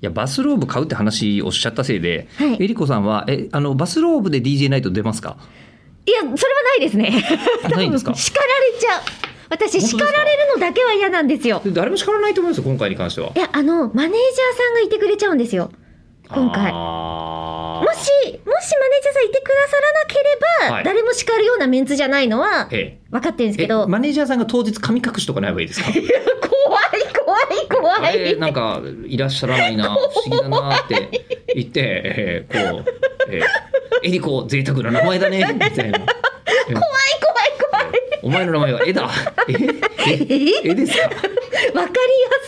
やバスローブ買うって話おっしゃったせいで、はいえりこさんはえあのバスローブで DJ ナイト出ますかいや、それはないですね。多 分ないんですか 叱られちゃう。私、本当叱ですかられるのだけは嫌なんですよ。誰も叱らないと思うんですよ今回に関してはいや、あの、マネージャーさんがいてくれちゃうんですよ。今回。あもーし、もしマネージャーさんいてくださらなければ、はい誰も叱るようなメンツじゃないのは、え分かってるんですえけど、えマネージャーさんが当日神隠しとかない方がいいですか 怖い、怖い、怖あい。れなんかいらっしゃらないな不思議だなって言って、えーこう、えー、えりこ贅沢な名前だねみたいな怖い、怖い、お前の名前は絵だええ怖い。え絵ですかわかりや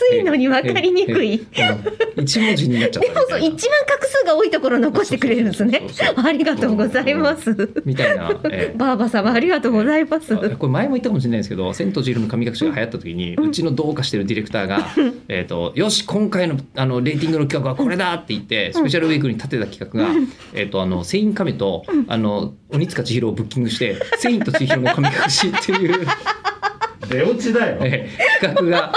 す いのにわかりにくい。でえええうん一文字になっちゃったみもそたういな一番画数が多いところ残してくれるんですねそうそうそう。そうありがとうございます。 みたいな、ええ バーバ様ありがとうございます。あこれ前も言ったかもしれないですけど「千と千尋の神隠し」が流行った時に、うちのどうかしてるディレクター が「えーとよし今回のあのレーティングの企画はこれだ!」って言ってスペシャルウィークに立てた企画が「えー、とあのセインカメ」と「あの鬼塚千尋」をブッキングして「セインと千尋の神隠し」っていう、出落ちだよ。ええ企画が。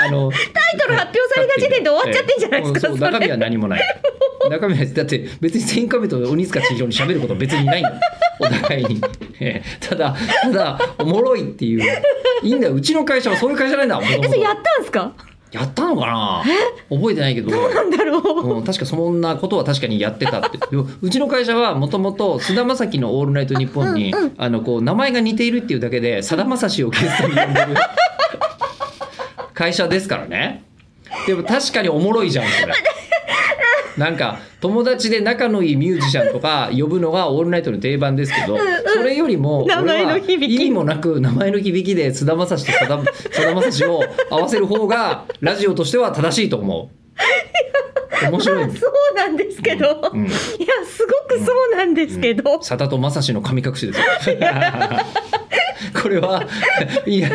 あのタイトル発表された時点で終わっちゃってんじゃないですかええそうそれ中身は何もない 中身はだって別に千カメと鬼塚千尋に喋ることは別に ないのお互いに、ええただただおもろいっていういいんだようちの会社はそういう会社なんだもともえ、とそれやったんですかやったのかな覚えてないけどなんだろ う。うん、確かそんなことは確かにやってたってでもうちの会社はもともと菅田将暉の「オールナイトニッポンに」あのこう名前が似ているっていうだけでさだまさしをゲストに呼んでる会社ですからねでも確かにおもろいじゃんそれ。なんか友達で仲のいいミュージシャンとか呼ぶのが「オールナイト」の定番ですけどそれよりも名前の俺は響き意味もなく名前の響きで菅田将暉とさださだまさしを合わせる方がラジオとしては正しいと思う。面白いんまあです。そうなんですけど、うんいやすごくそうなんですけど、佐田と正志の神隠しですよ。 これはいや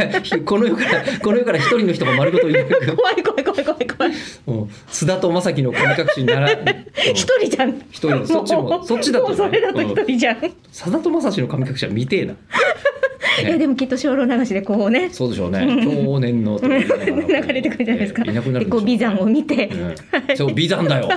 この世からこの世から一人の人が丸ごといなく、怖い怖い怖い怖い怖いうん、須田と正樹の神隠しになら、うん一人じゃん一人そっちもそっちだとねもうそれだと一人じゃん、い佐田と正志の神隠しは見てえな。やでもきっと精霊流しでこうねそうでしょうね。去年のとか言いなが流られてくるじゃないですか、えーいなくなるでんでしこょう美山を見て、うんそう美山だよ。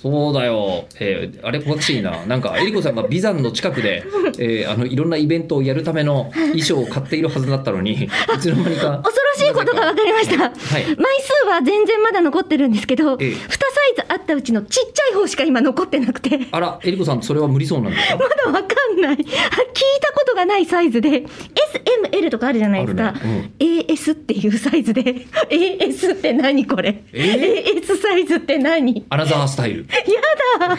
そうだよ。えーあれおかしいな。なんかえりこさんが美山の近くで、えーあのいろんなイベントをやるための衣装を買っているはずだったのに、いつの間にか。恐ろしいことが分かりました、い枚数は全然まだ残ってるんですけど、ええ2サイズあったうちのちっちゃい方しか今残ってなくてあら、えりこさんそれは無理そうなんですか。まだわかんない。あ聞いたことがないサイズで、SML とかあるじゃないですあか。るね AS っていうサイズで、AS って何これ、え ?AS サイズって何アナザースタイル。やだ